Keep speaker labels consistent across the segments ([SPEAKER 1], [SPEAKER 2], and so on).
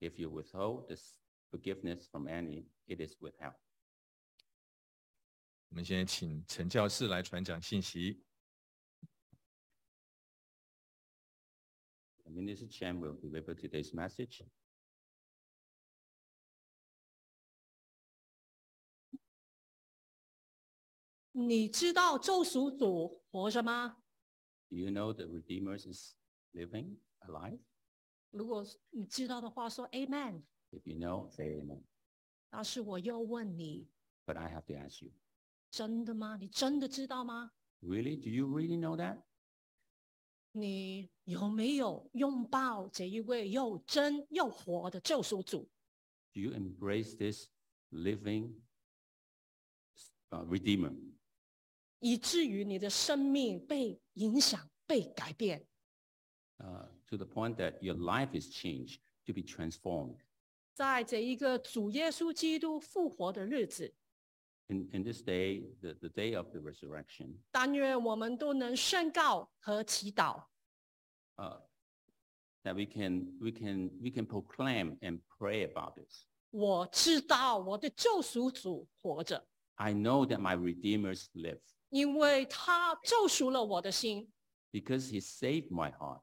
[SPEAKER 1] If you withhold this forgiveness from any, it is withheld.
[SPEAKER 2] 我们现在请陈教士来传讲信息。
[SPEAKER 1] The minister Chen will deliver today's message.
[SPEAKER 3] 你知道救赎主活着吗？
[SPEAKER 1] Do you know the Redeemer is living, alive?
[SPEAKER 3] 如果是你知道的话，说 Amen。
[SPEAKER 1] If you know, say amen.
[SPEAKER 3] 但是我又问你，
[SPEAKER 1] But I have to ask you,
[SPEAKER 3] 真的吗？你真的知道吗？
[SPEAKER 1] really? Do you really know that?
[SPEAKER 3] 你有没有拥抱这一位又真又活的救赎主？
[SPEAKER 1] Do you embrace this living uh, Redeemer
[SPEAKER 3] 以至于你的生命被影响、被改变？
[SPEAKER 1] uh, to the point that your life is changed to be transformed?
[SPEAKER 3] 在这一个主耶稣基督复活的日子，
[SPEAKER 1] In, in this day, the, the day of the resurrection,
[SPEAKER 3] 但愿我们都能宣告和祈祷。
[SPEAKER 1] uh, that we can, we, can, we can proclaim and pray about this.
[SPEAKER 3] 我知道我的救赎主活着，
[SPEAKER 1] I know that my Redeemers live
[SPEAKER 3] 因为他救赎了我的心，
[SPEAKER 1] because he saved my heart,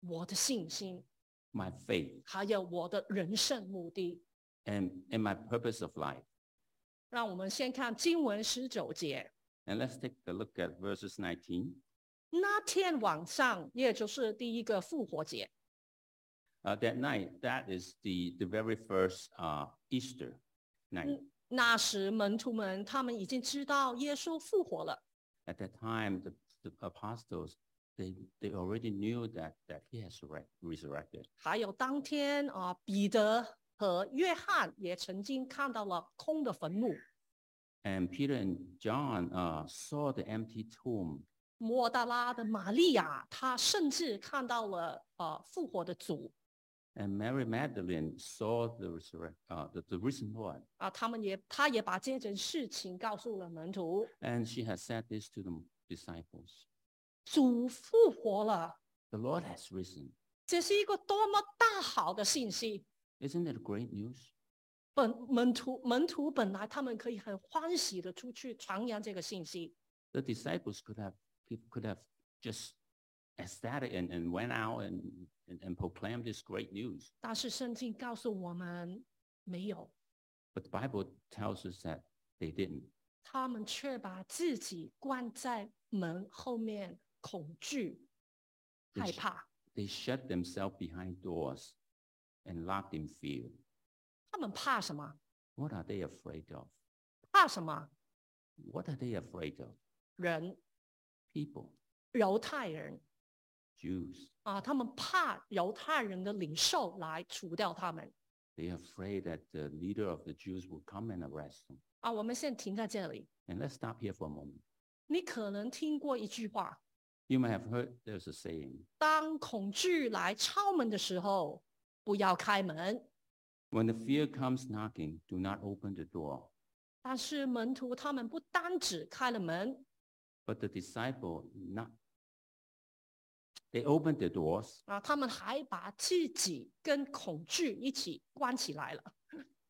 [SPEAKER 3] 我的信心，
[SPEAKER 1] my faith,
[SPEAKER 3] 还有我的人生目的。
[SPEAKER 1] and, and my purpose of life.
[SPEAKER 3] 让我们先看经文十九节。
[SPEAKER 1] And let's take a look at verses 19.
[SPEAKER 3] 那天晚上，也就是第一个复活节，
[SPEAKER 1] Uh, that night, that is the, the very first uh, Easter night.
[SPEAKER 3] 那时门徒们他们已经知道耶稣复活了，
[SPEAKER 1] At that time, the, the apostles, they, they already knew that, that he has re- resurrected.
[SPEAKER 3] 还有当天啊，彼得和约翰也曾经看到了空的坟墓。
[SPEAKER 1] And Peter and John uh, saw the empty tomb.
[SPEAKER 3] 莫大拉的玛利亚，她甚至看到了呃复活的主，
[SPEAKER 1] And Mary Magdalene saw the, resurrect, uh, the, the risen Lord.
[SPEAKER 3] 啊，他们也，他也把这件事情告诉了门徒。
[SPEAKER 1] And she has said this to the disciples.
[SPEAKER 3] 主复活了，
[SPEAKER 1] The Lord has risen.
[SPEAKER 3] 这是一个多么大好的信息！
[SPEAKER 1] Isn't that great news?
[SPEAKER 3] 本门徒门徒本来他们可以很欢喜的出去传扬这个信息，
[SPEAKER 1] The disciples could have could have just ecstatic and, and went out and, and, and proclaimed this great news.
[SPEAKER 3] 但是圣经告诉我们没有，
[SPEAKER 1] But the Bible tells us that they didn't.
[SPEAKER 3] 他们却把自己关在门后面，恐惧、
[SPEAKER 1] Yes.
[SPEAKER 3] 害怕，
[SPEAKER 1] They shut themselves behind doors and locked in fear.
[SPEAKER 3] 他们怕什么？
[SPEAKER 1] What are they afraid of?
[SPEAKER 3] 怕什么？
[SPEAKER 1] What are they afraid of?
[SPEAKER 3] 人，
[SPEAKER 1] People,
[SPEAKER 3] 犹太人
[SPEAKER 1] Jews,
[SPEAKER 3] 啊，他们怕犹太人的领袖来除掉他们。
[SPEAKER 1] they're afraid that the leader of the Jews will come and arrest them.
[SPEAKER 3] 啊，我们现在停在这里。
[SPEAKER 1] And let's stop here for a moment.
[SPEAKER 3] 你可能听过一句话：
[SPEAKER 1] You may have heard there's a saying
[SPEAKER 3] 当恐惧来敲门的时候，不要开门。
[SPEAKER 1] when the fear comes knocking, do not open the door.
[SPEAKER 3] 但是门徒他们不单只开了门
[SPEAKER 1] But the disciple not. They opened the doors
[SPEAKER 3] 啊，他们还把自己跟恐惧一起关起来了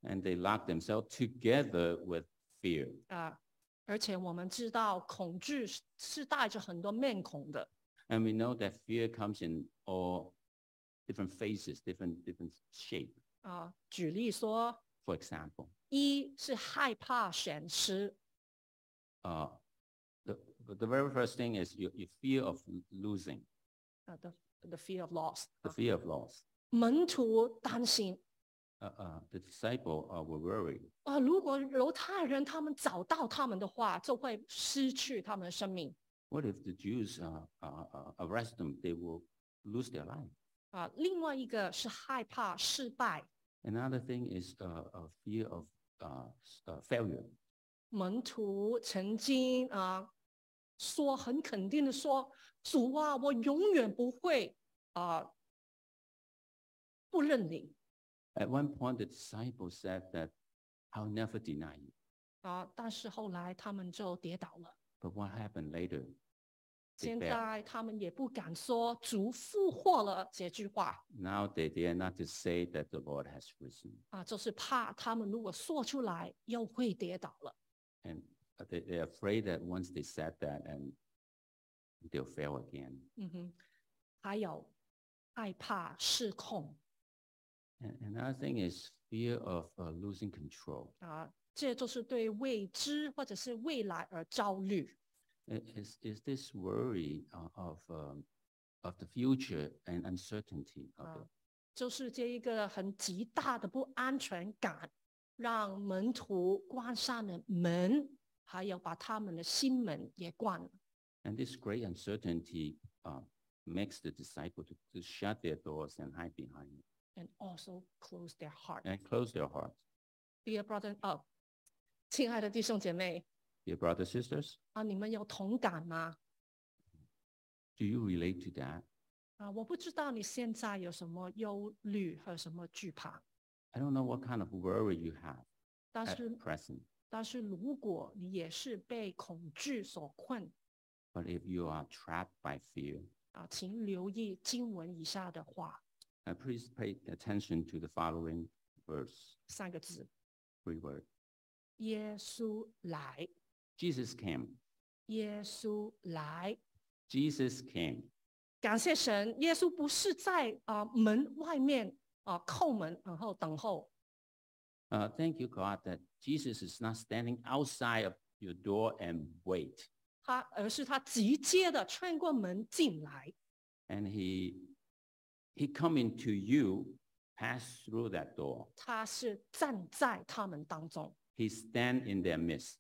[SPEAKER 1] and they locked themselves together with fear.
[SPEAKER 3] 啊。而且我们知道，恐惧是是带着很多面孔的
[SPEAKER 1] And we know that fear comes in all different faces, different different shape.
[SPEAKER 3] 啊。举例说，
[SPEAKER 1] For example,
[SPEAKER 3] 一是害怕损失
[SPEAKER 1] uh, the the very first thing is your, your fear of losing,
[SPEAKER 3] 啊，the the fear of loss、
[SPEAKER 1] the
[SPEAKER 3] 啊。
[SPEAKER 1] fear of loss.
[SPEAKER 3] 门徒担心
[SPEAKER 1] Uh, uh, the disciple uh, were worried.
[SPEAKER 3] 啊，如果犹太人他们找到他们的话，就会失去他们的生命
[SPEAKER 1] What if the Jews uh, uh, uh, arrest them? They will lose their life.
[SPEAKER 3] 啊。另外一个是害怕失败，
[SPEAKER 1] Another thing is uh, a fear of uh, s- uh, failure.
[SPEAKER 3] 门徒曾经啊说很肯定的说：“主啊，我永远不会啊不认你
[SPEAKER 1] At one point, the disciples said that, I'll never deny you.
[SPEAKER 3] 啊。”但是后来他们就跌倒了。
[SPEAKER 1] But what happened later?
[SPEAKER 3] 现
[SPEAKER 1] fail.
[SPEAKER 3] 在他们也不敢说主复活了这句话
[SPEAKER 1] Now they dare not to say that the Lord has risen.
[SPEAKER 3] 啊，就是怕他们如果说出来又会跌倒了
[SPEAKER 1] And uh, they, they're afraid that once they said that and they'll fail again.
[SPEAKER 3] 嗯哼，还有害怕失控
[SPEAKER 1] And another thing is fear of uh, losing control.
[SPEAKER 3] 啊，这就是对未知或者是未来而焦虑
[SPEAKER 1] I- Is, is this worry uh, of, um, of the future and uncertainty of
[SPEAKER 3] 啊
[SPEAKER 1] it.，
[SPEAKER 3] 就是这一个很极大的不安全感，让门徒关上了门，还有把他们的心门也关了
[SPEAKER 1] And this great uncertainty uh, makes the disciple to, to shut their doors and hide behind it
[SPEAKER 3] ，and also close their heart。
[SPEAKER 1] and close their hearts.
[SPEAKER 3] Dear brother，哦，亲爱的弟兄姐妹
[SPEAKER 1] Dear brothers, sisters,
[SPEAKER 3] 啊，你们有同感吗？
[SPEAKER 1] do you relate to that?
[SPEAKER 3] 啊，我不知道你现在有什么忧虑和什么惧怕，
[SPEAKER 1] I don't know what kind of worry you have
[SPEAKER 3] 但
[SPEAKER 1] at
[SPEAKER 3] 是
[SPEAKER 1] present,
[SPEAKER 3] 但是如果你也是被恐惧所困
[SPEAKER 1] but if you are trapped by fear,
[SPEAKER 3] 啊，请留意经文以下的话
[SPEAKER 1] uh, please pay attention to the following verse,
[SPEAKER 3] 三个字：
[SPEAKER 1] three words.
[SPEAKER 3] 耶稣来，
[SPEAKER 1] Jesus came.
[SPEAKER 3] 耶稣来。
[SPEAKER 1] Jesus came.
[SPEAKER 3] 感谢神，耶稣不是在啊门外面啊叩门，然后等候，
[SPEAKER 1] Uh, thank you, God, that Jesus is not standing outside of your door and wait.
[SPEAKER 3] 他而是他直接的穿过门进来。
[SPEAKER 1] And he, he come into you, pass through that door.
[SPEAKER 3] 他是站在他们当中
[SPEAKER 1] He stand in their midst.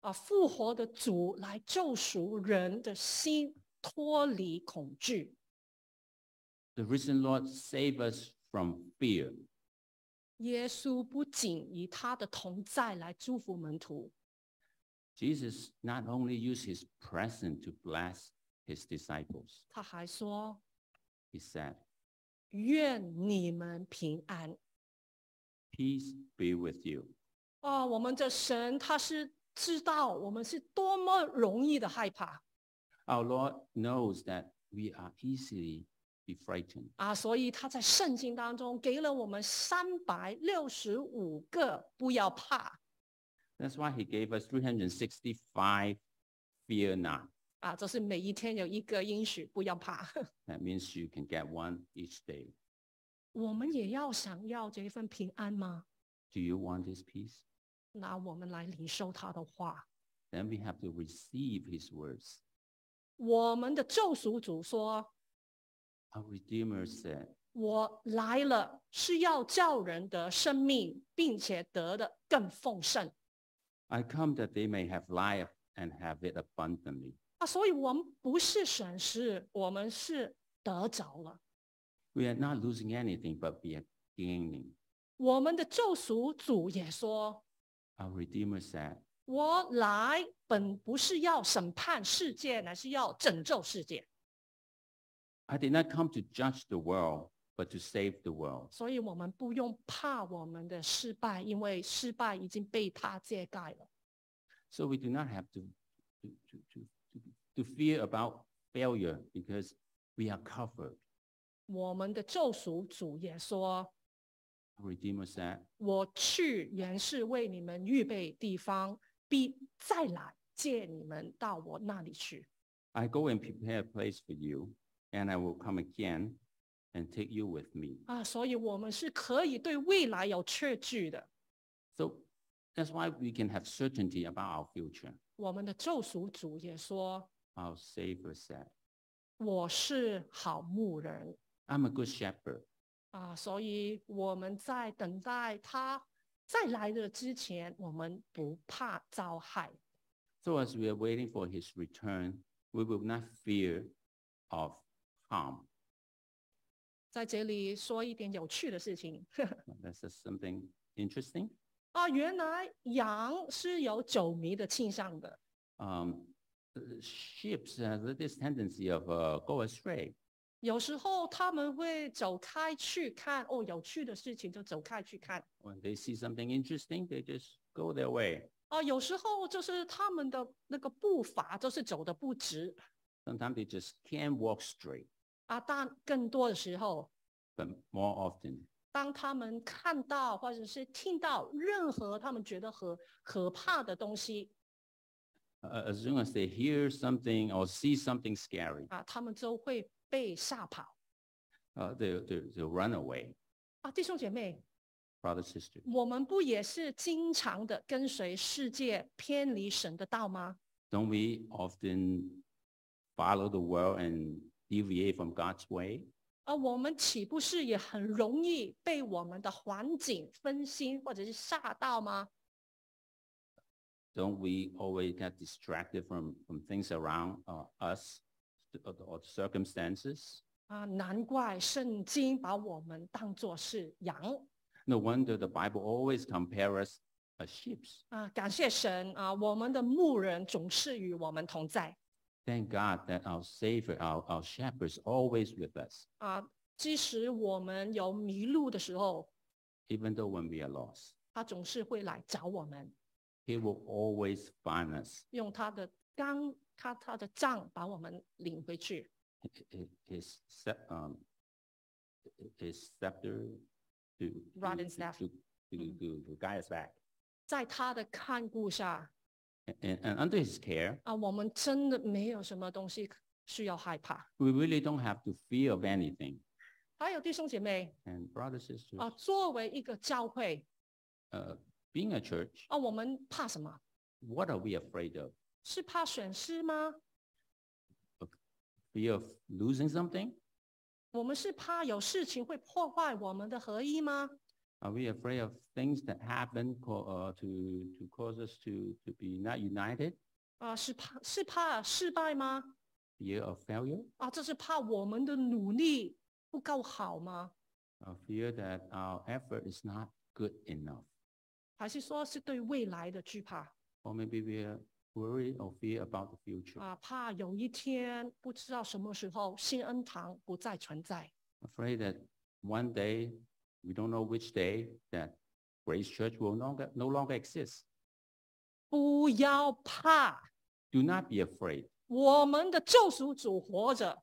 [SPEAKER 3] 啊，复活的主来救赎人的心，脱离恐惧。
[SPEAKER 1] The risen Lord save us from fear.
[SPEAKER 3] 耶稣不仅以他的同在来祝福门徒，
[SPEAKER 1] Jesus not only used his presence to bless his disciples,
[SPEAKER 3] 他还说
[SPEAKER 1] he said,：“
[SPEAKER 3] 愿你们平安。
[SPEAKER 1] peace be with you. ”
[SPEAKER 3] 哦，我们的神他是知道我们是多么容易的害怕
[SPEAKER 1] Our Lord knows that we are easily be frightened.
[SPEAKER 3] 啊，所以他在圣经当中给了我们三百六十五个不要怕
[SPEAKER 1] That's why he gave us 365 fear not.
[SPEAKER 3] 啊，这是每一天有一个应许不要怕。
[SPEAKER 1] That means you can get one each day.
[SPEAKER 3] 我们也要想要这一份平安吗？
[SPEAKER 1] Do you want his peace?
[SPEAKER 3] 那我们来领受他的话。
[SPEAKER 1] Then we have to receive his words.
[SPEAKER 3] 我们的救赎主说
[SPEAKER 1] Our Redeemer said,：“
[SPEAKER 3] 我来了，是要叫人得生命，并且得的更丰盛。
[SPEAKER 1] I come that they may have life and have it abundantly. ”
[SPEAKER 3] 啊，所以我们不是损失，我们是得着了。
[SPEAKER 1] We are not losing anything, but we are gaining.
[SPEAKER 3] 我们的救赎主也说
[SPEAKER 1] Our Redeemer said,：“
[SPEAKER 3] 我来本不是要审判世界，乃是要拯救世界。
[SPEAKER 1] I did not come to judge the world, but to save the world. ”
[SPEAKER 3] 所以，我们不用怕我们的失败，因为失败已经被他遮盖了。
[SPEAKER 1] So we do not have to, to, to, to, to, to fear about failure because we are covered.
[SPEAKER 3] 我们的救赎主也说
[SPEAKER 1] Our Redeemer said,：“
[SPEAKER 3] 我去原是为你们预备地方，必再来接你们到我那里去。
[SPEAKER 1] I go and prepare a place for you, and I will come again and take you with me. ”
[SPEAKER 3] 啊，所以我们是可以对未来有确据的。
[SPEAKER 1] So that's why we can have certainty about our future.
[SPEAKER 3] 我们的救赎主也说
[SPEAKER 1] Our Savior said,：“
[SPEAKER 3] 我是好牧人。
[SPEAKER 1] I'm a good shepherd. ”
[SPEAKER 3] 啊，所以我们在等待他再来的之前，我们不怕遭害。
[SPEAKER 1] So as we are waiting for his return, we will not fear of harm.
[SPEAKER 3] 在这里说一点有趣的事情。
[SPEAKER 1] That's just something interesting.
[SPEAKER 3] 啊，原来羊是有酒迷的倾向的。
[SPEAKER 1] Um, uh, ships have this tendency of uh, go astray.
[SPEAKER 3] 有时候他们会走开去看，哦，有趣的事情就走开去看。
[SPEAKER 1] When they see something interesting, they just go their way.
[SPEAKER 3] 啊，有时候就是他们的那个步伐就是走的不直
[SPEAKER 1] Sometimes they just can't walk straight,
[SPEAKER 3] 啊，但更多的时候，
[SPEAKER 1] but more often
[SPEAKER 3] 当他们看到或者是听到任何他们觉得可可怕的东西
[SPEAKER 1] uh, as soon as they hear something or see something scary,
[SPEAKER 3] 啊，他们就会被吓跑
[SPEAKER 1] uh, they, they, they run away,
[SPEAKER 3] 啊。弟兄姐妹，
[SPEAKER 1] brother, sister.
[SPEAKER 3] 我们不也是经常的跟随世界偏离神的道吗？
[SPEAKER 1] Don't we often follow the world and deviate from God's way?
[SPEAKER 3] 而我们岂不是也很容易被我们的环境分心或者是吓到吗？
[SPEAKER 1] Don't we always get distracted from, from things around uh, us or, or circumstances?
[SPEAKER 3] 啊，难怪圣经把我们当作是羊
[SPEAKER 1] No wonder the Bible always compares us as sheep.
[SPEAKER 3] 啊！感谢神啊，我们的牧人总是与我们同在
[SPEAKER 1] Thank God that our Savior, our, our shepherd, is always with us,
[SPEAKER 3] 啊。即使我们有迷路的时候，
[SPEAKER 1] even though when we are lost.
[SPEAKER 3] 他总是会来找我们，
[SPEAKER 1] He will always find us.
[SPEAKER 3] 用他的刚他他的杖把我们领回去
[SPEAKER 1] H- h- His, sep- um, his scepter to,
[SPEAKER 3] Rod and
[SPEAKER 1] to-
[SPEAKER 3] staff.
[SPEAKER 1] to- to-
[SPEAKER 3] Mhm.
[SPEAKER 1] to- to guide us back.
[SPEAKER 3] 在他的看顾下
[SPEAKER 1] And, and under his care,
[SPEAKER 3] 啊，我们真的没有什么东西需要害怕。
[SPEAKER 1] we really don't have to fear of anything.
[SPEAKER 3] 还有弟兄姐妹
[SPEAKER 1] And brothers, sisters,
[SPEAKER 3] 啊，作为一个教会
[SPEAKER 1] uh, being a church,
[SPEAKER 3] 啊，我们怕什么？
[SPEAKER 1] what are we afraid of?
[SPEAKER 3] 是怕损失吗？
[SPEAKER 1] Fear of losing something?
[SPEAKER 3] 我们是怕有事情会破坏我们的合一吗？
[SPEAKER 1] Are we afraid of things that happen co- uh, to, to cause us to, to be not united?
[SPEAKER 3] 啊，是怕是怕失败吗？
[SPEAKER 1] Fear of failure?
[SPEAKER 3] 啊，这是怕我们的努力不够好吗？
[SPEAKER 1] A uh, fear that our effort is not good enough?
[SPEAKER 3] 还是说是对未来的惧怕？
[SPEAKER 1] Or maybe we are worried or fear about the future,
[SPEAKER 3] 啊，怕有一天不知道什么时候新恩堂不再存在，
[SPEAKER 1] afraid that one day, we don't know which day, that Grace Church will no longer, no longer exist.
[SPEAKER 3] 不要怕，
[SPEAKER 1] Do not be afraid.
[SPEAKER 3] 我们的救赎主活着，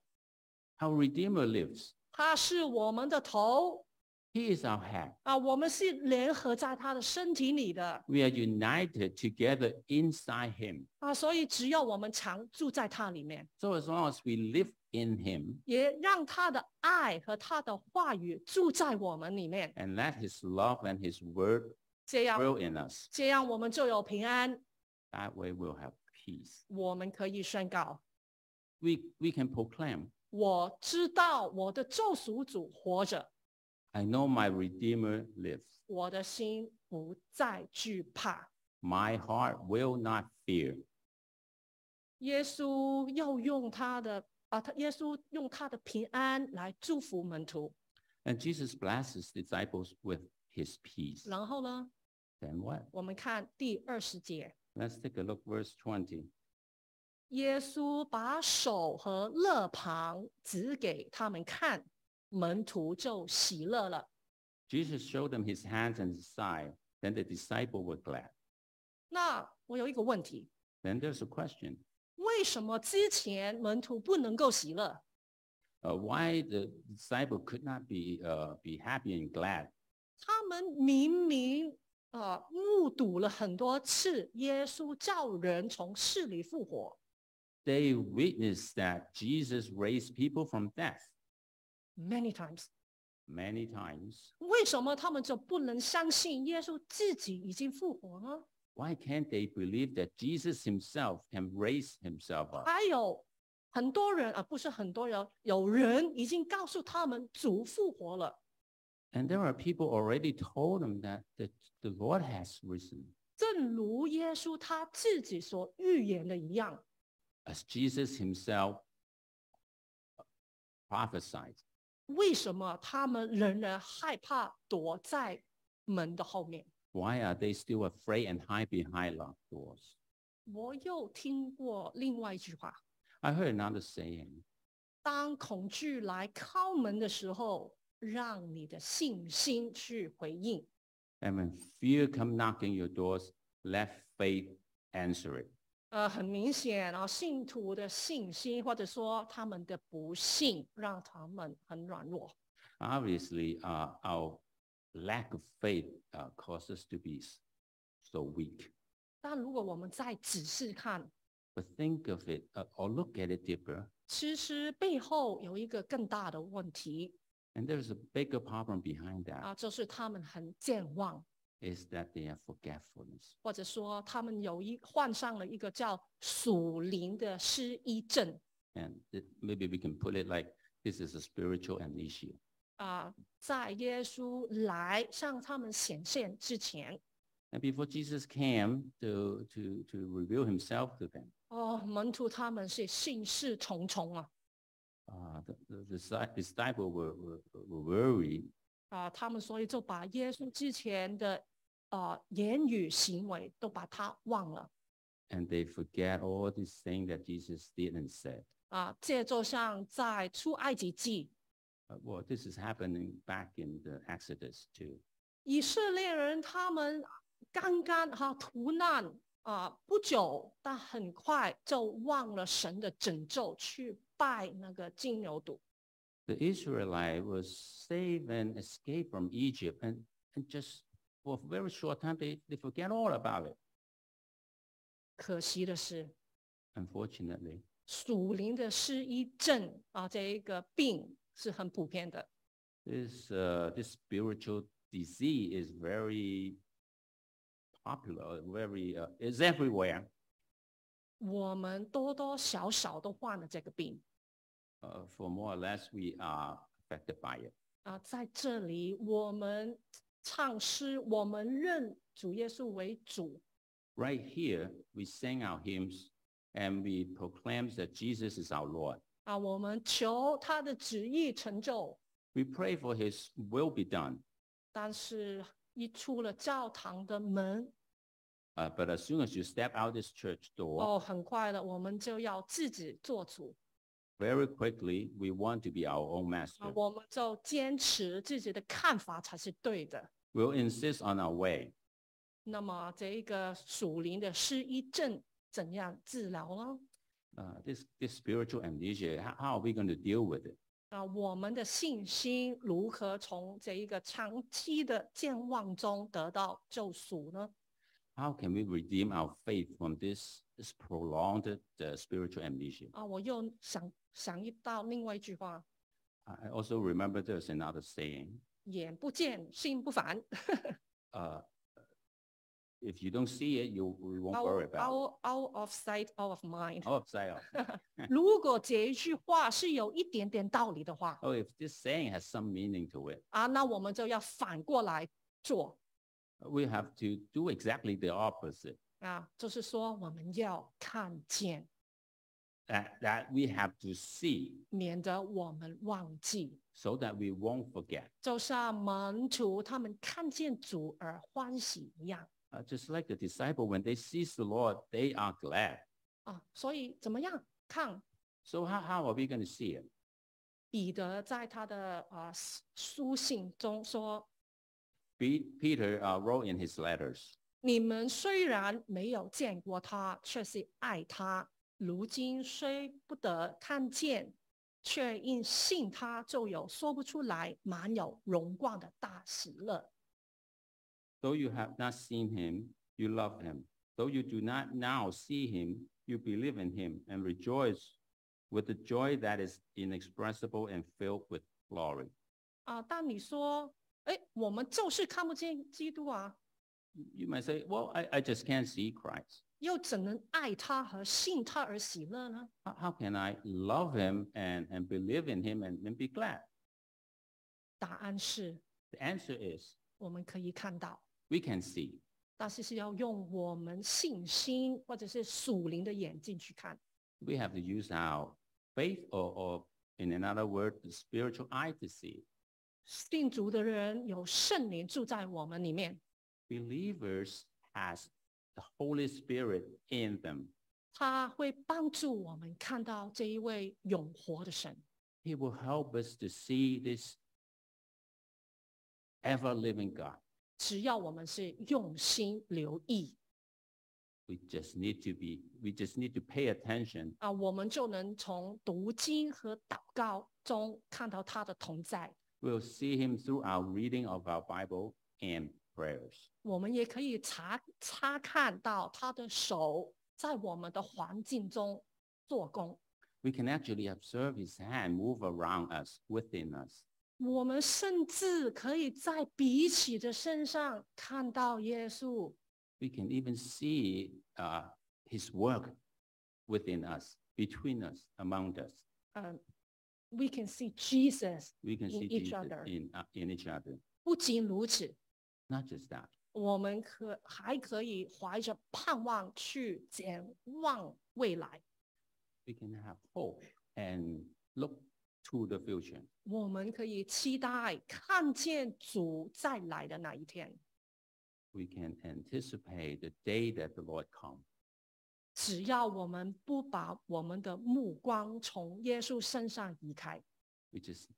[SPEAKER 1] Our Redeemer lives.
[SPEAKER 3] 他是我们的头
[SPEAKER 1] He is our head.
[SPEAKER 3] 啊，我们是联合在他的身体里的
[SPEAKER 1] We are united together inside Him.
[SPEAKER 3] 啊，所以只要我们常住在他里面，
[SPEAKER 1] So as long as we live in Him
[SPEAKER 3] 也让他的爱和他的话语住在我们里面，
[SPEAKER 1] and let His love and His word
[SPEAKER 3] 这样
[SPEAKER 1] dwell in us,
[SPEAKER 3] 这样我们就有平安，
[SPEAKER 1] that way we'll have peace.
[SPEAKER 3] 我们可以宣告。
[SPEAKER 1] We, we can proclaim,
[SPEAKER 3] 我知道我的救赎主活着，
[SPEAKER 1] I know my Redeemer lives.
[SPEAKER 3] 我的心不再惧怕。
[SPEAKER 1] My heart will not fear.
[SPEAKER 3] 耶稣要用他的啊，他耶稣用他的平安来祝福门徒。
[SPEAKER 1] And Jesus blessed his disciples with his peace.
[SPEAKER 3] 然后呢，
[SPEAKER 1] Then what?
[SPEAKER 3] 我们看第二十节，
[SPEAKER 1] Let's take a look, verse 20.
[SPEAKER 3] 耶稣把手和肋旁指给他们看，门徒就喜乐了。
[SPEAKER 1] Jesus showed them his hands and his side. Then the disciple were glad.
[SPEAKER 3] 那我有一个问题，
[SPEAKER 1] Then there's a question.
[SPEAKER 3] 为什么之前门徒不能够喜乐？
[SPEAKER 1] uh, why the disciple could not be uh, be happy and glad.
[SPEAKER 3] 他们明明呃目睹了很多次耶稣叫人从死里复活，
[SPEAKER 1] They witnessed that Jesus raised people from death
[SPEAKER 3] many times，
[SPEAKER 1] many times.
[SPEAKER 3] 为什么他们就不能相信耶稣自己已经复活呢？
[SPEAKER 1] Why can't they believe that Jesus himself can raise himself up?
[SPEAKER 3] 还有很多人啊，不是很多人，有人已经告诉他们主复活了，
[SPEAKER 1] And there are people already told them that the, the Lord has risen.
[SPEAKER 3] 正如耶稣他自己所预言的一样
[SPEAKER 1] As Jesus himself prophesied,
[SPEAKER 3] 为什么他们仍然害怕躲在门的后面？
[SPEAKER 1] why are they still afraid and hide behind locked doors?
[SPEAKER 3] 我又听过另外一句话。
[SPEAKER 1] I heard another saying,
[SPEAKER 3] 当恐惧来敲门的时候，让你的信心去回应。
[SPEAKER 1] And when fear come knocking your doors, let faith answer it.
[SPEAKER 3] 呃，很明显啊，信徒的信心或者说他们的不信，让他们很软弱。
[SPEAKER 1] Obviously, uh, our lack of faith uh, caused us to be s- so weak.
[SPEAKER 3] 但如果我们再仔细看，
[SPEAKER 1] But think of it uh, or look at it deeper,
[SPEAKER 3] 其实背后有一个更大的问题
[SPEAKER 1] and there's a bigger problem behind that:
[SPEAKER 3] 啊，就是他们很健忘，
[SPEAKER 1] is that they have forgetfulness.
[SPEAKER 3] 或者说他们有一患上了一个叫属灵的失忆症
[SPEAKER 1] And it, maybe we can put it like this is a spiritual amnesia.
[SPEAKER 3] 啊。在耶稣来向他们显现之前，
[SPEAKER 1] And before Jesus came to, to, to reveal himself to them,
[SPEAKER 3] 哦，门徒他们是信事重重啊
[SPEAKER 1] uh, the, the disci- disciples were, were, were worried
[SPEAKER 3] 啊，他们所以就把耶稣之前的啊言语行为都把它忘了
[SPEAKER 1] and they forget all these things that Jesus did and said.
[SPEAKER 3] 啊。这就像在出埃及记
[SPEAKER 1] Uh, well, this is happening back in the Exodus too.
[SPEAKER 3] 以色列人他们刚刚哈、逃难啊不久，但很快就忘了神的拯救，去拜那个金牛犊
[SPEAKER 1] The Israelite was saved and escaped from Egypt, and, and just for a very short time, they, they forget all about it,
[SPEAKER 3] 可惜的是，
[SPEAKER 1] unfortunately.
[SPEAKER 3] 属灵的失忆症啊这一个病是很普遍的
[SPEAKER 1] This, uh, this spiritual disease is very popular, very, uh, is everywhere.
[SPEAKER 3] 我们多多少少都患了这个病
[SPEAKER 1] Uh, for more or less, we are affected by it.
[SPEAKER 3] 啊。在这里，我们唱诗，我们认主耶稣为主
[SPEAKER 1] Right here, we sing our hymns and we proclaim that Jesus is our Lord.
[SPEAKER 3] 啊，我们求他的旨意成就。
[SPEAKER 1] We pray for his will be done.
[SPEAKER 3] 但是，一出了教堂的门，
[SPEAKER 1] Uh, but as soon as you step out this church door,
[SPEAKER 3] 哦，很快了，我们就要自己做主
[SPEAKER 1] very quickly, we want to be our own
[SPEAKER 3] 啊
[SPEAKER 1] master.
[SPEAKER 3] 我们就坚持自己的看法才是对的。
[SPEAKER 1] We'll insist on our way.
[SPEAKER 3] 那么，这一个属灵的失忆症怎样治疗呢？
[SPEAKER 1] Uh, this, this spiritual amnesia, how, how are we going to deal with it?
[SPEAKER 3] 啊，我们的信心如何从这一个长期的健忘中得到救赎呢？
[SPEAKER 1] How can we redeem our faith from this, this prolonged uh, spiritual amnesia?
[SPEAKER 3] 啊，我又想想一到另外一句话：
[SPEAKER 1] I I also remember there's another saying,
[SPEAKER 3] 眼不见心不烦。
[SPEAKER 1] uh, if you don't see it, you, you won't worry
[SPEAKER 3] out
[SPEAKER 1] about it.
[SPEAKER 3] out out of sight, out of mind。
[SPEAKER 1] Oh, upside up.
[SPEAKER 3] 如果这一句话是有一点点道理的话
[SPEAKER 1] Oh, if this saying has some meaning to it,
[SPEAKER 3] 啊，那我们就要反过来做
[SPEAKER 1] we have to do exactly the opposite.
[SPEAKER 3] 啊，就是说我们要看见，
[SPEAKER 1] That, that we have to see
[SPEAKER 3] 免得我们忘记。
[SPEAKER 1] so that we won't forget.
[SPEAKER 3] 就像门徒他们看见主而欢喜一样
[SPEAKER 1] Uh, just like the disciple, when they sees the Lord, they are glad.
[SPEAKER 3] 啊，所以怎么样看？
[SPEAKER 1] So how, how are we going to see it?
[SPEAKER 3] 彼得在他的啊书信中说
[SPEAKER 1] Pe- Peter uh, wrote in his letters,：“
[SPEAKER 3] 你们虽然没有见过他，却是爱他；如今虽不得看见，却因信他，就有说不出来、满有荣光的大喜乐。
[SPEAKER 1] though you have not seen him, you love him. Though you do not now see him, you believe in him and rejoice with the joy that is inexpressible and filled with glory. ”
[SPEAKER 3] 啊，但你说，哎，我们就是看不见基督啊，
[SPEAKER 1] You might say, well, I, I just can't see Christ.
[SPEAKER 3] 又怎能爱他和信他而喜乐呢？
[SPEAKER 1] How, how can I love him and, and believe in him and, and be glad?
[SPEAKER 3] 答案是，
[SPEAKER 1] The answer is
[SPEAKER 3] 我们可以看到，
[SPEAKER 1] we can see.
[SPEAKER 3] 但是是要用我们信心或者是属灵的眼睛去看。
[SPEAKER 1] we have to use our faith or, or in another word, the spiritual eye to see.
[SPEAKER 3] 信主的人有圣灵住在我们里面，
[SPEAKER 1] Believers has the Holy Spirit in them.
[SPEAKER 3] 他会帮助我们看到这一位永活的神
[SPEAKER 1] He will help us to see this ever-living God.
[SPEAKER 3] 只要我们是用心留意
[SPEAKER 1] We just need to be, we just need to pay attention
[SPEAKER 3] 啊，我们就能从读经和祷告中看到他的同在。
[SPEAKER 1] We'll see him through our reading of our Bible and prayers.
[SPEAKER 3] 我们也可以查查看到他的手在我们的环境中做工。
[SPEAKER 1] We can actually observe his hand move around us, within us.
[SPEAKER 3] 我们甚至可以在彼此的身上看到耶稣。
[SPEAKER 1] We can even see uh, his work within us, between us, among us.
[SPEAKER 3] 嗯，we can see Jesus。
[SPEAKER 1] We can
[SPEAKER 3] In
[SPEAKER 1] see
[SPEAKER 3] each
[SPEAKER 1] Jesus
[SPEAKER 3] other.
[SPEAKER 1] in, uh, in each other.
[SPEAKER 3] 不仅如此，
[SPEAKER 1] Not just that,
[SPEAKER 3] 我们可还可以怀着盼望去展望未来。
[SPEAKER 1] we can have hope and look to the future.
[SPEAKER 3] 我们可以期待看见主再来的那一天。
[SPEAKER 1] We can anticipate the day that the Lord comes.
[SPEAKER 3] 只要我们不把我们的目光从耶稣身上移开，
[SPEAKER 1] We just,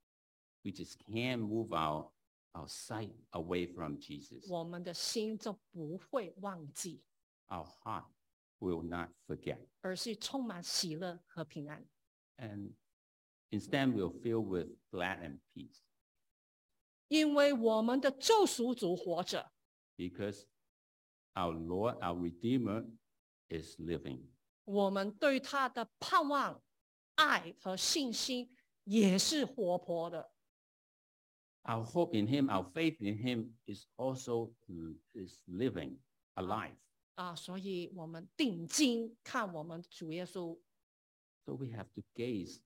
[SPEAKER 1] we just can't move our, our sight away from Jesus.
[SPEAKER 3] 我们的心就不会忘记，
[SPEAKER 1] our heart will not forget.
[SPEAKER 3] 而是充满喜乐和平安。
[SPEAKER 1] And instead, we'll fill with glad and peace
[SPEAKER 3] 因为我们的救赎主活着，
[SPEAKER 1] because our Lord, our Redeemer, is living.
[SPEAKER 3] 我们对他的盼望、爱和信心也是活泼的。
[SPEAKER 1] Our hope in Him, our faith in Him is also is living, alive.
[SPEAKER 3] 啊，所以我们定睛看我们主耶稣
[SPEAKER 1] So we have to gaze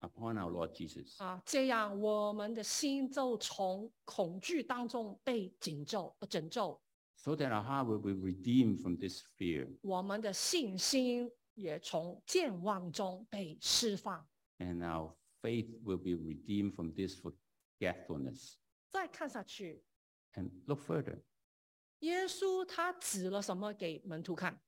[SPEAKER 1] upon our Lord Jesus.
[SPEAKER 3] 啊，这样我们的心就从恐惧当中被拯救、呃拯救，
[SPEAKER 1] So that our heart will be redeemed from this fear
[SPEAKER 3] 我们的信心也从健忘中被释放。
[SPEAKER 1] and our faith will be redeemed from this forgetfulness.
[SPEAKER 3] 再看下去，
[SPEAKER 1] And look further.
[SPEAKER 3] 耶稣他指了什么给门徒看？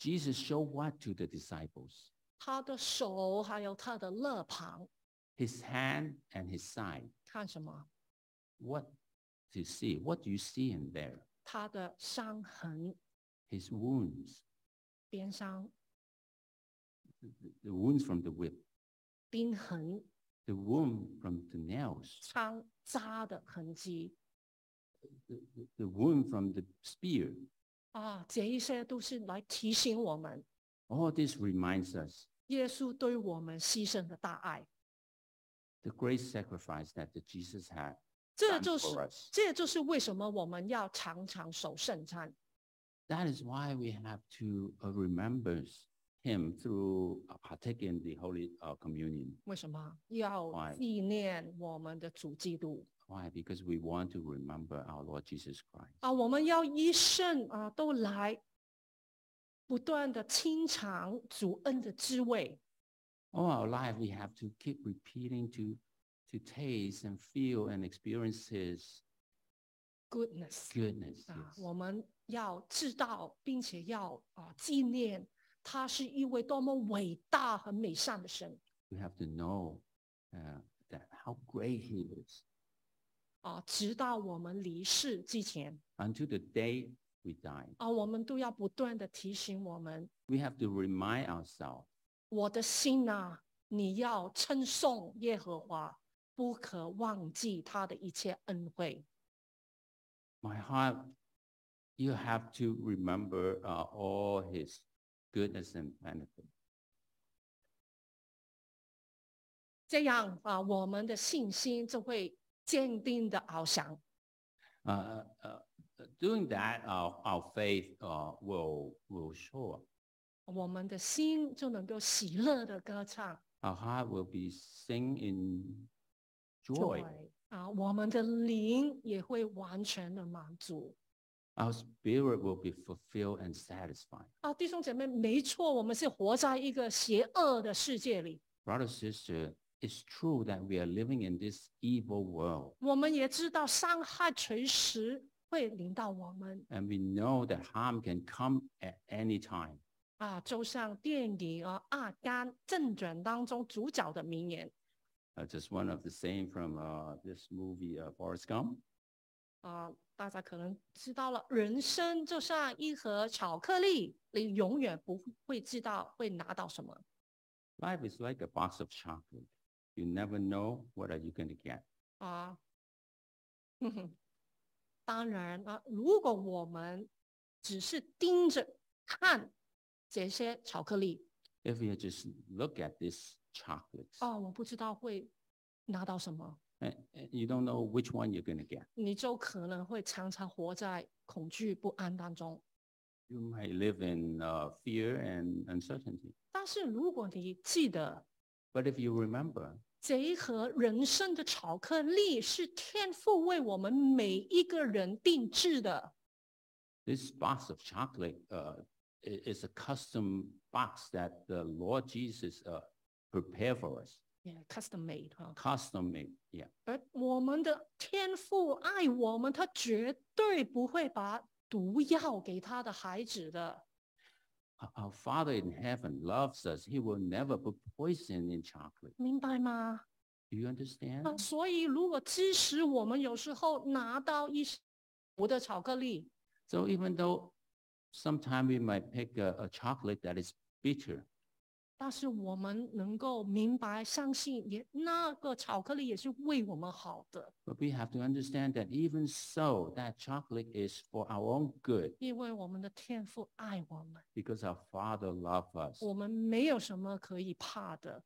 [SPEAKER 1] Jesus showed what to the disciples?
[SPEAKER 3] 他的手还有他的肋旁，
[SPEAKER 1] His hand and his side.
[SPEAKER 3] 看什么？
[SPEAKER 1] What do you see? What do you see in there?
[SPEAKER 3] 他的伤痕
[SPEAKER 1] His wounds,
[SPEAKER 3] 边伤、
[SPEAKER 1] the- the wounds from the whip,
[SPEAKER 3] 冰痕、
[SPEAKER 1] the wound from the nails,
[SPEAKER 3] 伤扎的痕迹
[SPEAKER 1] the, the- the wound from the spear.
[SPEAKER 3] 啊，这一些都是来提醒我们
[SPEAKER 1] All this reminds us
[SPEAKER 3] 耶稣对我们牺牲的大爱，
[SPEAKER 1] the great sacrifice that the Jesus had
[SPEAKER 3] 这
[SPEAKER 1] done
[SPEAKER 3] 就是
[SPEAKER 1] for us.
[SPEAKER 3] 这就是为什么我们要常常守圣餐
[SPEAKER 1] That is why we have to uh, remember him through uh, partaking the Holy uh, Communion.
[SPEAKER 3] 为什么要
[SPEAKER 1] Why？
[SPEAKER 3] 纪念我们的主基督
[SPEAKER 1] Why? Because we want to remember our Lord Jesus Christ.
[SPEAKER 3] 啊？我们要一生啊都来不断的清尝主恩的滋味
[SPEAKER 1] all our life we have to keep repeating to to taste and feel and experience his
[SPEAKER 3] ，goodness
[SPEAKER 1] goodness
[SPEAKER 3] 啊！
[SPEAKER 1] yes.
[SPEAKER 3] 我们要知道，并且要啊纪念他是一位多么伟大和美善的神
[SPEAKER 1] we have to know uh, that how great he is
[SPEAKER 3] 啊！直到我们离世之前。
[SPEAKER 1] until the day we die
[SPEAKER 3] 啊，我们都要不断的提醒我们，
[SPEAKER 1] we have to remind ourselves
[SPEAKER 3] 我的心呐、你要称颂耶和华，不可忘记他的一切恩惠。
[SPEAKER 1] my heart you have to remember uh, all his goodness and benefit
[SPEAKER 3] 这样啊，我们的信心就会坚定的翱翔
[SPEAKER 1] uh, uh, uh, doing that our, our faith uh, will will show up
[SPEAKER 3] 我们的心就能够喜乐的歌唱
[SPEAKER 1] our heart will be sing in
[SPEAKER 3] 作
[SPEAKER 1] joy.
[SPEAKER 3] 为啊，我们的灵也会完全的满足
[SPEAKER 1] Our spirit will be fulfilled and satisfied.
[SPEAKER 3] 啊，弟兄姐妹，没错，我们是活在一个邪恶的世界里，
[SPEAKER 1] Brother, sister, it's true that we are living in this evil world,
[SPEAKER 3] 我们也知道伤害随时会临到我们。
[SPEAKER 1] and we know that harm can come at any time.
[SPEAKER 3] 啊，就像电影啊《阿甘正传》当中主角的名言
[SPEAKER 1] Uh, just one of the same from uh, this movie, uh, Forrest Gump.
[SPEAKER 3] 啊，大家可能知道了，人生就像一盒巧克力，你永远不会知道会拿到什么。
[SPEAKER 1] Life is like a box of chocolate. You never know what are you going to get.
[SPEAKER 3] 啊，哼哼，当然啊，如果我们只是盯着看这些巧克力，
[SPEAKER 1] If you just look at this chocolate
[SPEAKER 3] 哦，我不知道会拿到什么，
[SPEAKER 1] and, and you don't know which one you're going to get,
[SPEAKER 3] 你就可能会常常活在恐惧不安当中。
[SPEAKER 1] you might live in uh, fear and uncertainty.
[SPEAKER 3] 但是如果你记得
[SPEAKER 1] But if you remember,
[SPEAKER 3] 这一盒人生的巧克力是天父为我们每一个人定制的，
[SPEAKER 1] this box of chocolate uh, i- is a custom box that the Lord Jesus uh, prepared for us,
[SPEAKER 3] 也 custom made 啊。
[SPEAKER 1] custom made. Yeah.
[SPEAKER 3] 而我们的天父爱我们，他绝对不会把毒药给他的孩子的。
[SPEAKER 1] Our- Our Father in heaven loves us. He will never put poison in chocolate.
[SPEAKER 3] 明白吗？
[SPEAKER 1] Do you understand?
[SPEAKER 3] 啊，所以如果即使我们有时候拿到一些毒的巧克力，
[SPEAKER 1] So even though sometimes we might pick a, a chocolate that is bitter,
[SPEAKER 3] 但是我们能够明白、相信也，那个巧克力也是为我们好的，
[SPEAKER 1] but we have to understand that even so, that chocolate is for our own good
[SPEAKER 3] 因为我们的天父爱我们，
[SPEAKER 1] because our Father loves us.
[SPEAKER 3] 我们没有什么可以怕的。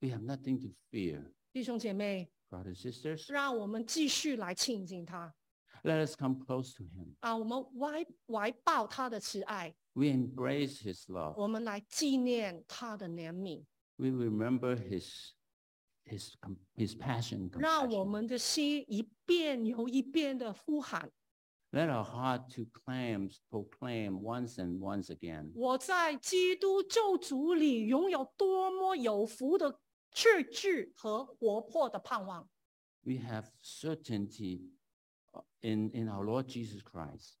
[SPEAKER 1] We have nothing to fear.
[SPEAKER 3] 弟兄姐妹，
[SPEAKER 1] Brothers and sisters,
[SPEAKER 3] 让我们继续来亲近他
[SPEAKER 1] let us come close to Him.
[SPEAKER 3] 啊，我们怀怀抱他的慈爱。
[SPEAKER 1] We embrace His love.
[SPEAKER 3] 我们来纪念他的怜悯，
[SPEAKER 1] We remember His His com- His passion.
[SPEAKER 3] 让我
[SPEAKER 1] compassion.
[SPEAKER 3] 们的心一遍又一遍的呼喊：
[SPEAKER 1] Let our heart to claim, proclaim once and once again.
[SPEAKER 3] 我在基督救主里拥有多么有福的志志和活泼的盼望。
[SPEAKER 1] we have certainty uh, in, in our Lord Jesus Christ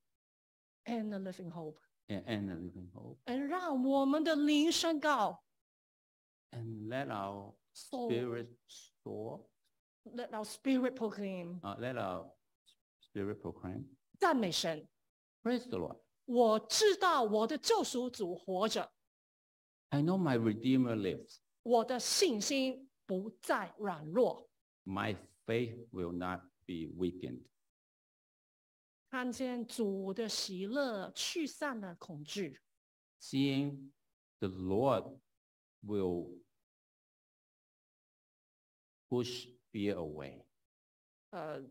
[SPEAKER 3] And a living hope，
[SPEAKER 1] and, and a living hope.
[SPEAKER 3] 嗯，让我们的灵宣告
[SPEAKER 1] And let our
[SPEAKER 3] Soul.
[SPEAKER 1] spirit soar,
[SPEAKER 3] ，Let our spirit proclaim，
[SPEAKER 1] uh, let our spirit proclaim.
[SPEAKER 3] 赞美神。
[SPEAKER 1] Praise the Lord.
[SPEAKER 3] 我知道我的救赎主活着，
[SPEAKER 1] I know my Redeemer lives.
[SPEAKER 3] 我的信心不再软弱。
[SPEAKER 1] My faith will not be weakened.
[SPEAKER 3] 看见主的喜乐，驱散了恐惧。
[SPEAKER 1] Seeing the Lord will push fear away.
[SPEAKER 3] 呃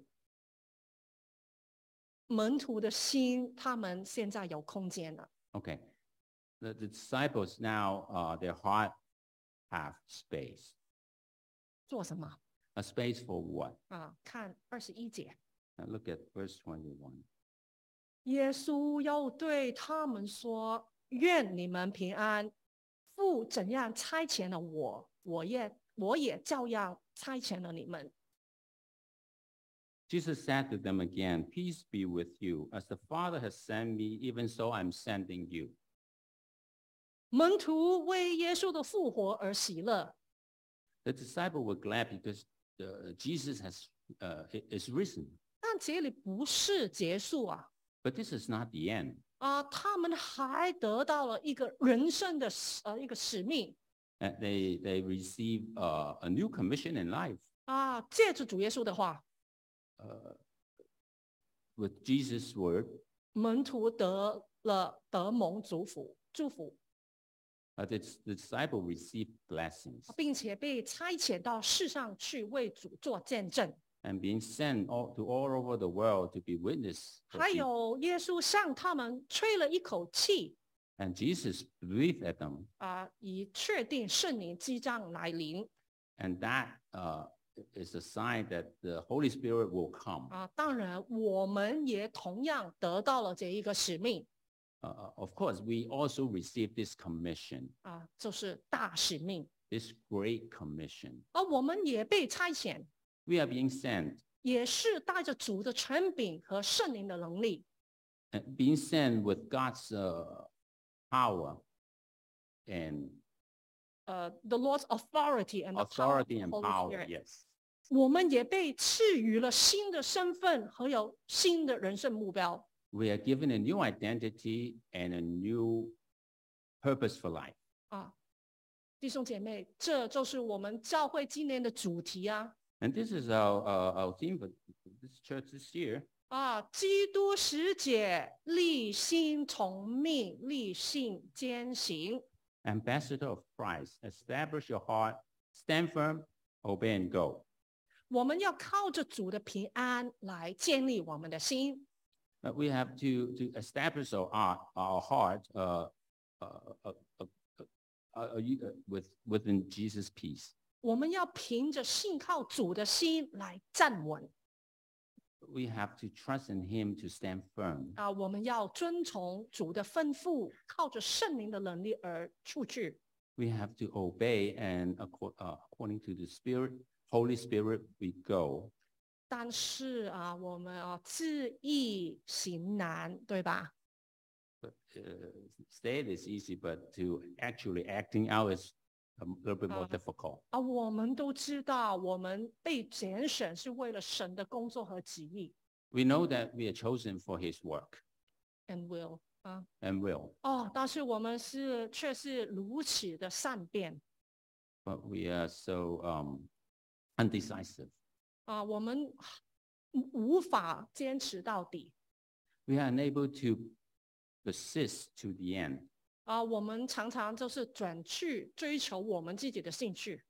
[SPEAKER 3] 门徒的心，他们现在有空间了。
[SPEAKER 1] Okay. The the disciples now, uh, their heart have space.
[SPEAKER 3] 做什么
[SPEAKER 1] A space for what?
[SPEAKER 3] 啊？看二十一节，
[SPEAKER 1] Now look at verse 21.
[SPEAKER 3] 耶稣又对他们说：“愿你们平安。父怎样差遣了我，我也我也照样差遣了你们。
[SPEAKER 1] Jesus said to them again, Peace be with you. As the Father has sent me, even so I'm sending you. ”
[SPEAKER 3] 门徒为耶稣的复活而喜乐，
[SPEAKER 1] The disciple were glad because uh, Jesus has uh, i- is risen.
[SPEAKER 3] 但这里不是结束啊
[SPEAKER 1] But this is not the end.
[SPEAKER 3] 啊！他们还得到了一个人生的使呃一个使命，
[SPEAKER 1] Uh, they they receive uh, a new commission in life.
[SPEAKER 3] 啊，借着主耶稣的话，
[SPEAKER 1] Uh, with Jesus' word,
[SPEAKER 3] 门徒得了得蒙祝福，祝福，
[SPEAKER 1] uh, the, dis- the disciple received blessings.
[SPEAKER 3] 并且被差遣到世上去为主做见证。
[SPEAKER 1] and being sent all, to all over the world to be witness. for
[SPEAKER 3] 还
[SPEAKER 1] people.
[SPEAKER 3] 有耶稣向他们吹了一口气，
[SPEAKER 1] And Jesus breathed at them,
[SPEAKER 3] 啊，以确定圣灵即将来临。
[SPEAKER 1] and that uh, is a sign that the Holy Spirit will come.
[SPEAKER 3] 啊，当然我们也同样得到了这一个使命，
[SPEAKER 1] Uh, uh, of course, we also receive this commission,
[SPEAKER 3] 啊，就是大使命。
[SPEAKER 1] this great commission.
[SPEAKER 3] 而我们也被差遣，
[SPEAKER 1] We are being sent,
[SPEAKER 3] 也是带着主的权柄和圣灵的能力，
[SPEAKER 1] uh, being sent with God's uh, power and
[SPEAKER 3] 呃、t h e Lord's authority and the power
[SPEAKER 1] authority
[SPEAKER 3] of the
[SPEAKER 1] and
[SPEAKER 3] Holy
[SPEAKER 1] power.
[SPEAKER 3] Spirit
[SPEAKER 1] Yes.
[SPEAKER 3] 我们也被赐予了新的身份和有新的人生目标。
[SPEAKER 1] We are given a new identity and a new purpose for life.
[SPEAKER 3] 啊，弟兄姐妹，这就是我们教会今年的主题啊！
[SPEAKER 1] And this is our, our, our theme for this church this year.
[SPEAKER 3] 啊，基督使者立心从命，立信坚行。
[SPEAKER 1] Ambassador of Christ, establish your heart, stand firm, obey and go.
[SPEAKER 3] 我们要靠着主的平安来建立我们的心。
[SPEAKER 1] Uh, we have to, to establish our, our, our heart uh, uh, uh, uh, uh, uh, you- uh, with, within Jesus' peace.
[SPEAKER 3] 我们要凭着信靠主的心来站稳
[SPEAKER 1] We have to trust in Him to stand firm.
[SPEAKER 3] 啊！我们要遵从主的吩咐，靠着圣灵的能力而处置
[SPEAKER 1] We have to obey, and acco- uh, according to the Spirit, Holy Spirit, we go.
[SPEAKER 3] 但是啊，我们啊自意行难，对吧？
[SPEAKER 1] But uh, say it is easy, but to actually acting out is a little bit more
[SPEAKER 3] Uh,
[SPEAKER 1] difficult.
[SPEAKER 3] 啊，我们都知道，我们被拣选是为了神的工作和旨意。
[SPEAKER 1] We know that we are chosen for His work
[SPEAKER 3] And will 啊，
[SPEAKER 1] and will,
[SPEAKER 3] 哦，但是我们是却是如此的善变
[SPEAKER 1] but we are so um, undecisive.
[SPEAKER 3] 啊，我们无无法坚持到底
[SPEAKER 1] We are unable to persist to the end.
[SPEAKER 3] 啊，我们常常就是转去追求我们自己的兴趣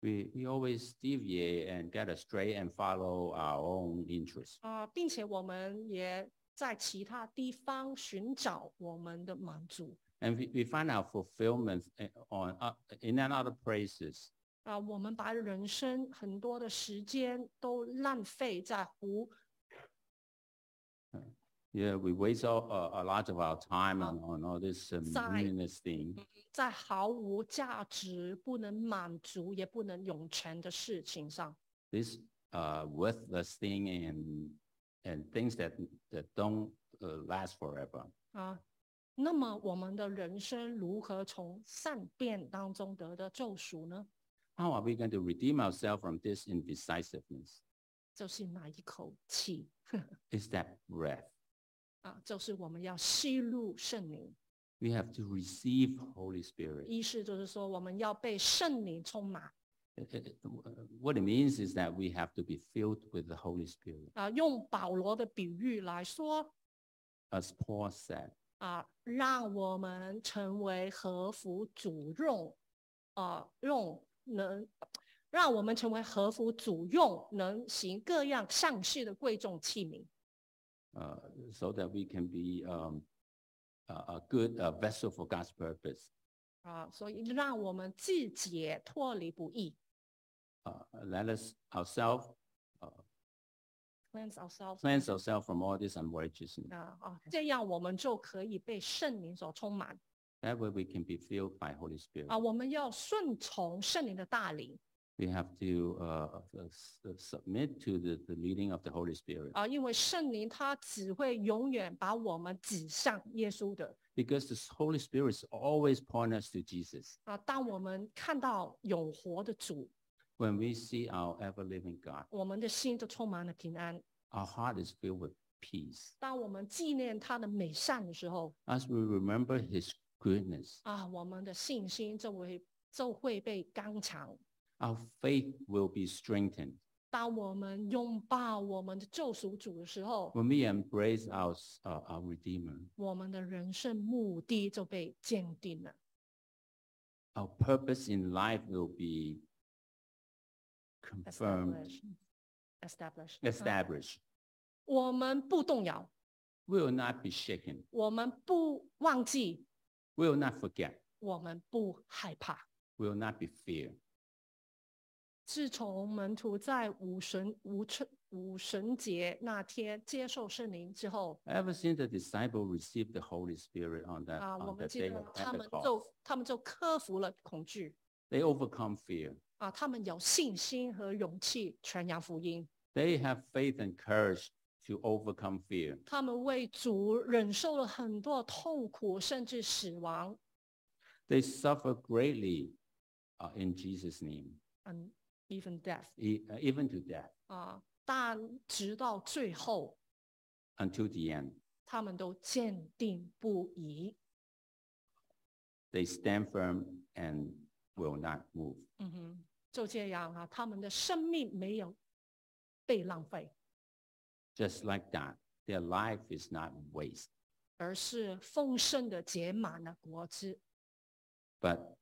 [SPEAKER 1] We, we always deviate and get astray and follow our own interests.
[SPEAKER 3] 啊，并且我们也在其他地方寻找我们的满足
[SPEAKER 1] And we, we find our fulfillment eh, on, uh, in and other places.
[SPEAKER 3] 啊，我们把人生很多的时间都浪费在胡
[SPEAKER 1] Yeah, we waste all, uh, a lot of our time
[SPEAKER 3] Uh,
[SPEAKER 1] on, on all this um,
[SPEAKER 3] side.
[SPEAKER 1] meaningless thing.
[SPEAKER 3] 在毫无价值、不能满足也不能永存的事情上
[SPEAKER 1] This uh, worthless thing and, and things that, that don't uh, last forever.
[SPEAKER 3] 啊。那么我们的人生如何从善变当中得的救赎呢？
[SPEAKER 1] How are we going to redeem ourselves from this indecisiveness?
[SPEAKER 3] 就是那一口气
[SPEAKER 1] It's that breath.
[SPEAKER 3] 啊，就是我们要吸入圣灵，
[SPEAKER 1] We have to receive Holy Spirit.
[SPEAKER 3] 意思就是说我们要被圣灵充满
[SPEAKER 1] It- it- it- What it means is that we have to be filled with the Holy Spirit.
[SPEAKER 3] 啊。用保罗的比喻来说
[SPEAKER 1] As Paul said,
[SPEAKER 3] 啊，让我们成为合乎主用，啊，用能让我们成为合乎主用，能行各样善事的贵重器皿
[SPEAKER 1] uh, so that we can be um, a, a good uh, vessel for God's purpose.
[SPEAKER 3] 啊，所以让我们自己脱离不易
[SPEAKER 1] Uh, let us ourselves
[SPEAKER 3] ，cleanse ourselves。
[SPEAKER 1] cleanse ourselves from all this unrighteousness.
[SPEAKER 3] 啊啊，这样我们就可以被圣灵所充满
[SPEAKER 1] That way, we can be filled by Holy Spirit.
[SPEAKER 3] 啊！我们要顺从圣灵的带领
[SPEAKER 1] We have to uh, uh, s- uh, submit to the, the leading of the Holy Spirit
[SPEAKER 3] 啊，因为圣灵他只会永远把我们指向耶稣的
[SPEAKER 1] because the Holy Spirit always point us to Jesus.
[SPEAKER 3] 啊！当我们看到永活的主，
[SPEAKER 1] When we see our ever-living God,
[SPEAKER 3] 我们的心就充满了平安。
[SPEAKER 1] our heart is filled with peace.
[SPEAKER 3] 当我们纪念他的美善的时候，
[SPEAKER 1] As we remember His goodness,
[SPEAKER 3] 啊，我们的信心就会就会被刚强。
[SPEAKER 1] our faith will be strengthened.
[SPEAKER 3] 当我们拥抱我们的救赎主的时候，
[SPEAKER 1] When we embrace our, s- uh, our Redeemer,
[SPEAKER 3] 我们的人生目的就被坚定了
[SPEAKER 1] our purpose in life will be 嗯 confirmed,
[SPEAKER 3] ，establish establish 啊
[SPEAKER 1] established.
[SPEAKER 3] 我们不动摇，
[SPEAKER 1] We will not be shaken.
[SPEAKER 3] 我们不忘记，
[SPEAKER 1] We will not forget.
[SPEAKER 3] 我们不害怕。
[SPEAKER 1] We will not be feared.
[SPEAKER 3] 自从门徒在五旬五春五旬节那天接受圣灵之后，
[SPEAKER 1] Ever since the disciple received the Holy Spirit on that,
[SPEAKER 3] 啊，我
[SPEAKER 1] on
[SPEAKER 3] 们
[SPEAKER 1] the
[SPEAKER 3] 记
[SPEAKER 1] day
[SPEAKER 3] 得
[SPEAKER 1] of
[SPEAKER 3] 他们
[SPEAKER 1] Pentecost,
[SPEAKER 3] 就他们就克服了恐惧
[SPEAKER 1] they overcome fear.
[SPEAKER 3] 啊，他们有信心和勇气传扬福音，
[SPEAKER 1] They have faith and courage to overcome fear.
[SPEAKER 3] 他们为主忍受了很多痛苦，甚至死亡。
[SPEAKER 1] They suffer greatly uh, in Jesus' name.
[SPEAKER 3] 嗯， even death
[SPEAKER 1] e- uh, even to death,
[SPEAKER 3] 啊、但直到最后，
[SPEAKER 1] until the end.
[SPEAKER 3] 他们都坚定不移。
[SPEAKER 1] They stand firm and will not move.
[SPEAKER 3] 嗯哼，就这样啊，他们的生命没有被浪费，
[SPEAKER 1] Just like that, their life is not waste,
[SPEAKER 3] 而是丰盛的结满了果子。
[SPEAKER 1] but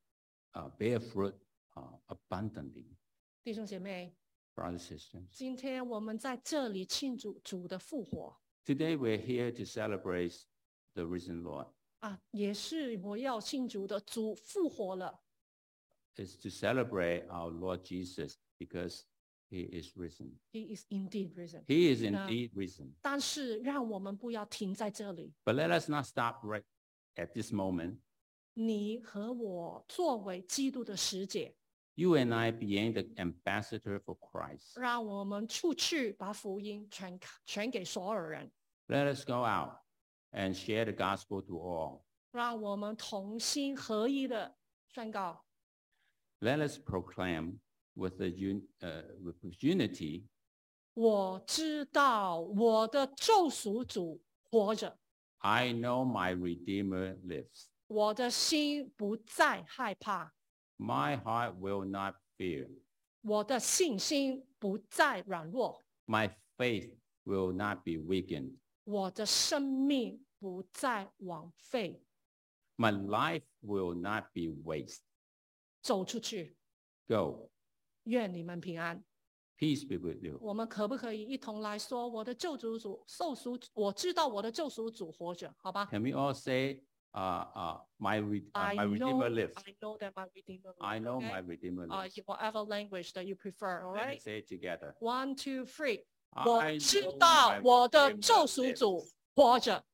[SPEAKER 1] uh, bear fruit uh, abundantly.
[SPEAKER 3] 弟兄姐妹，
[SPEAKER 1] Brothers and sisters,
[SPEAKER 3] 今天我们在这里庆祝主的复活
[SPEAKER 1] today we're here to celebrate the risen Lord.
[SPEAKER 3] 啊，也是我要庆祝的，主复活了。
[SPEAKER 1] It's to celebrate our Lord Jesus because he is risen.
[SPEAKER 3] He is indeed risen。
[SPEAKER 1] He is
[SPEAKER 3] Yeah.
[SPEAKER 1] indeed risen.
[SPEAKER 3] 但是让我们不要停在这里。
[SPEAKER 1] But let us not stop right at this moment.
[SPEAKER 3] 你和我作为基督的使者，
[SPEAKER 1] You and I being the ambassador for Christ.
[SPEAKER 3] 让我们出去把福音传传给所有人，
[SPEAKER 1] Let us go out and share the gospel to all.
[SPEAKER 3] 让我们同心合一的宣告：
[SPEAKER 1] Let us proclaim with, the un- uh, with unity,
[SPEAKER 3] 我知道我的救赎主活着，
[SPEAKER 1] I know my Redeemer lives.
[SPEAKER 3] 我的心不再害怕，
[SPEAKER 1] My heart will not fear.
[SPEAKER 3] 我的信心不再软弱，
[SPEAKER 1] My faith will not be weakened.
[SPEAKER 3] 我的生命不再枉费。
[SPEAKER 1] My life will not be waste.
[SPEAKER 3] 走出去，
[SPEAKER 1] Go.
[SPEAKER 3] 愿你们平安。
[SPEAKER 1] Peace be with you.
[SPEAKER 3] 我们可不可以一同来说，我的救主主受赎，我知道我的救赎主活着，好吧
[SPEAKER 1] Can we all say, uh, uh, my, re- uh,
[SPEAKER 3] ？I
[SPEAKER 1] my
[SPEAKER 3] know,
[SPEAKER 1] Redeemer lives.
[SPEAKER 3] I know that my redeemer.
[SPEAKER 1] I know
[SPEAKER 3] lives,
[SPEAKER 1] my
[SPEAKER 3] okay?
[SPEAKER 1] Redeemer
[SPEAKER 3] Uh,
[SPEAKER 1] lives.
[SPEAKER 3] you- whatever language that you prefer, all
[SPEAKER 1] Let me
[SPEAKER 3] right?
[SPEAKER 1] say it together.
[SPEAKER 3] One, two, three.
[SPEAKER 1] I
[SPEAKER 3] 我
[SPEAKER 1] know
[SPEAKER 3] 知
[SPEAKER 1] my
[SPEAKER 3] 道我的
[SPEAKER 1] Redeemer
[SPEAKER 3] 救赎主
[SPEAKER 1] lives.
[SPEAKER 3] 活着，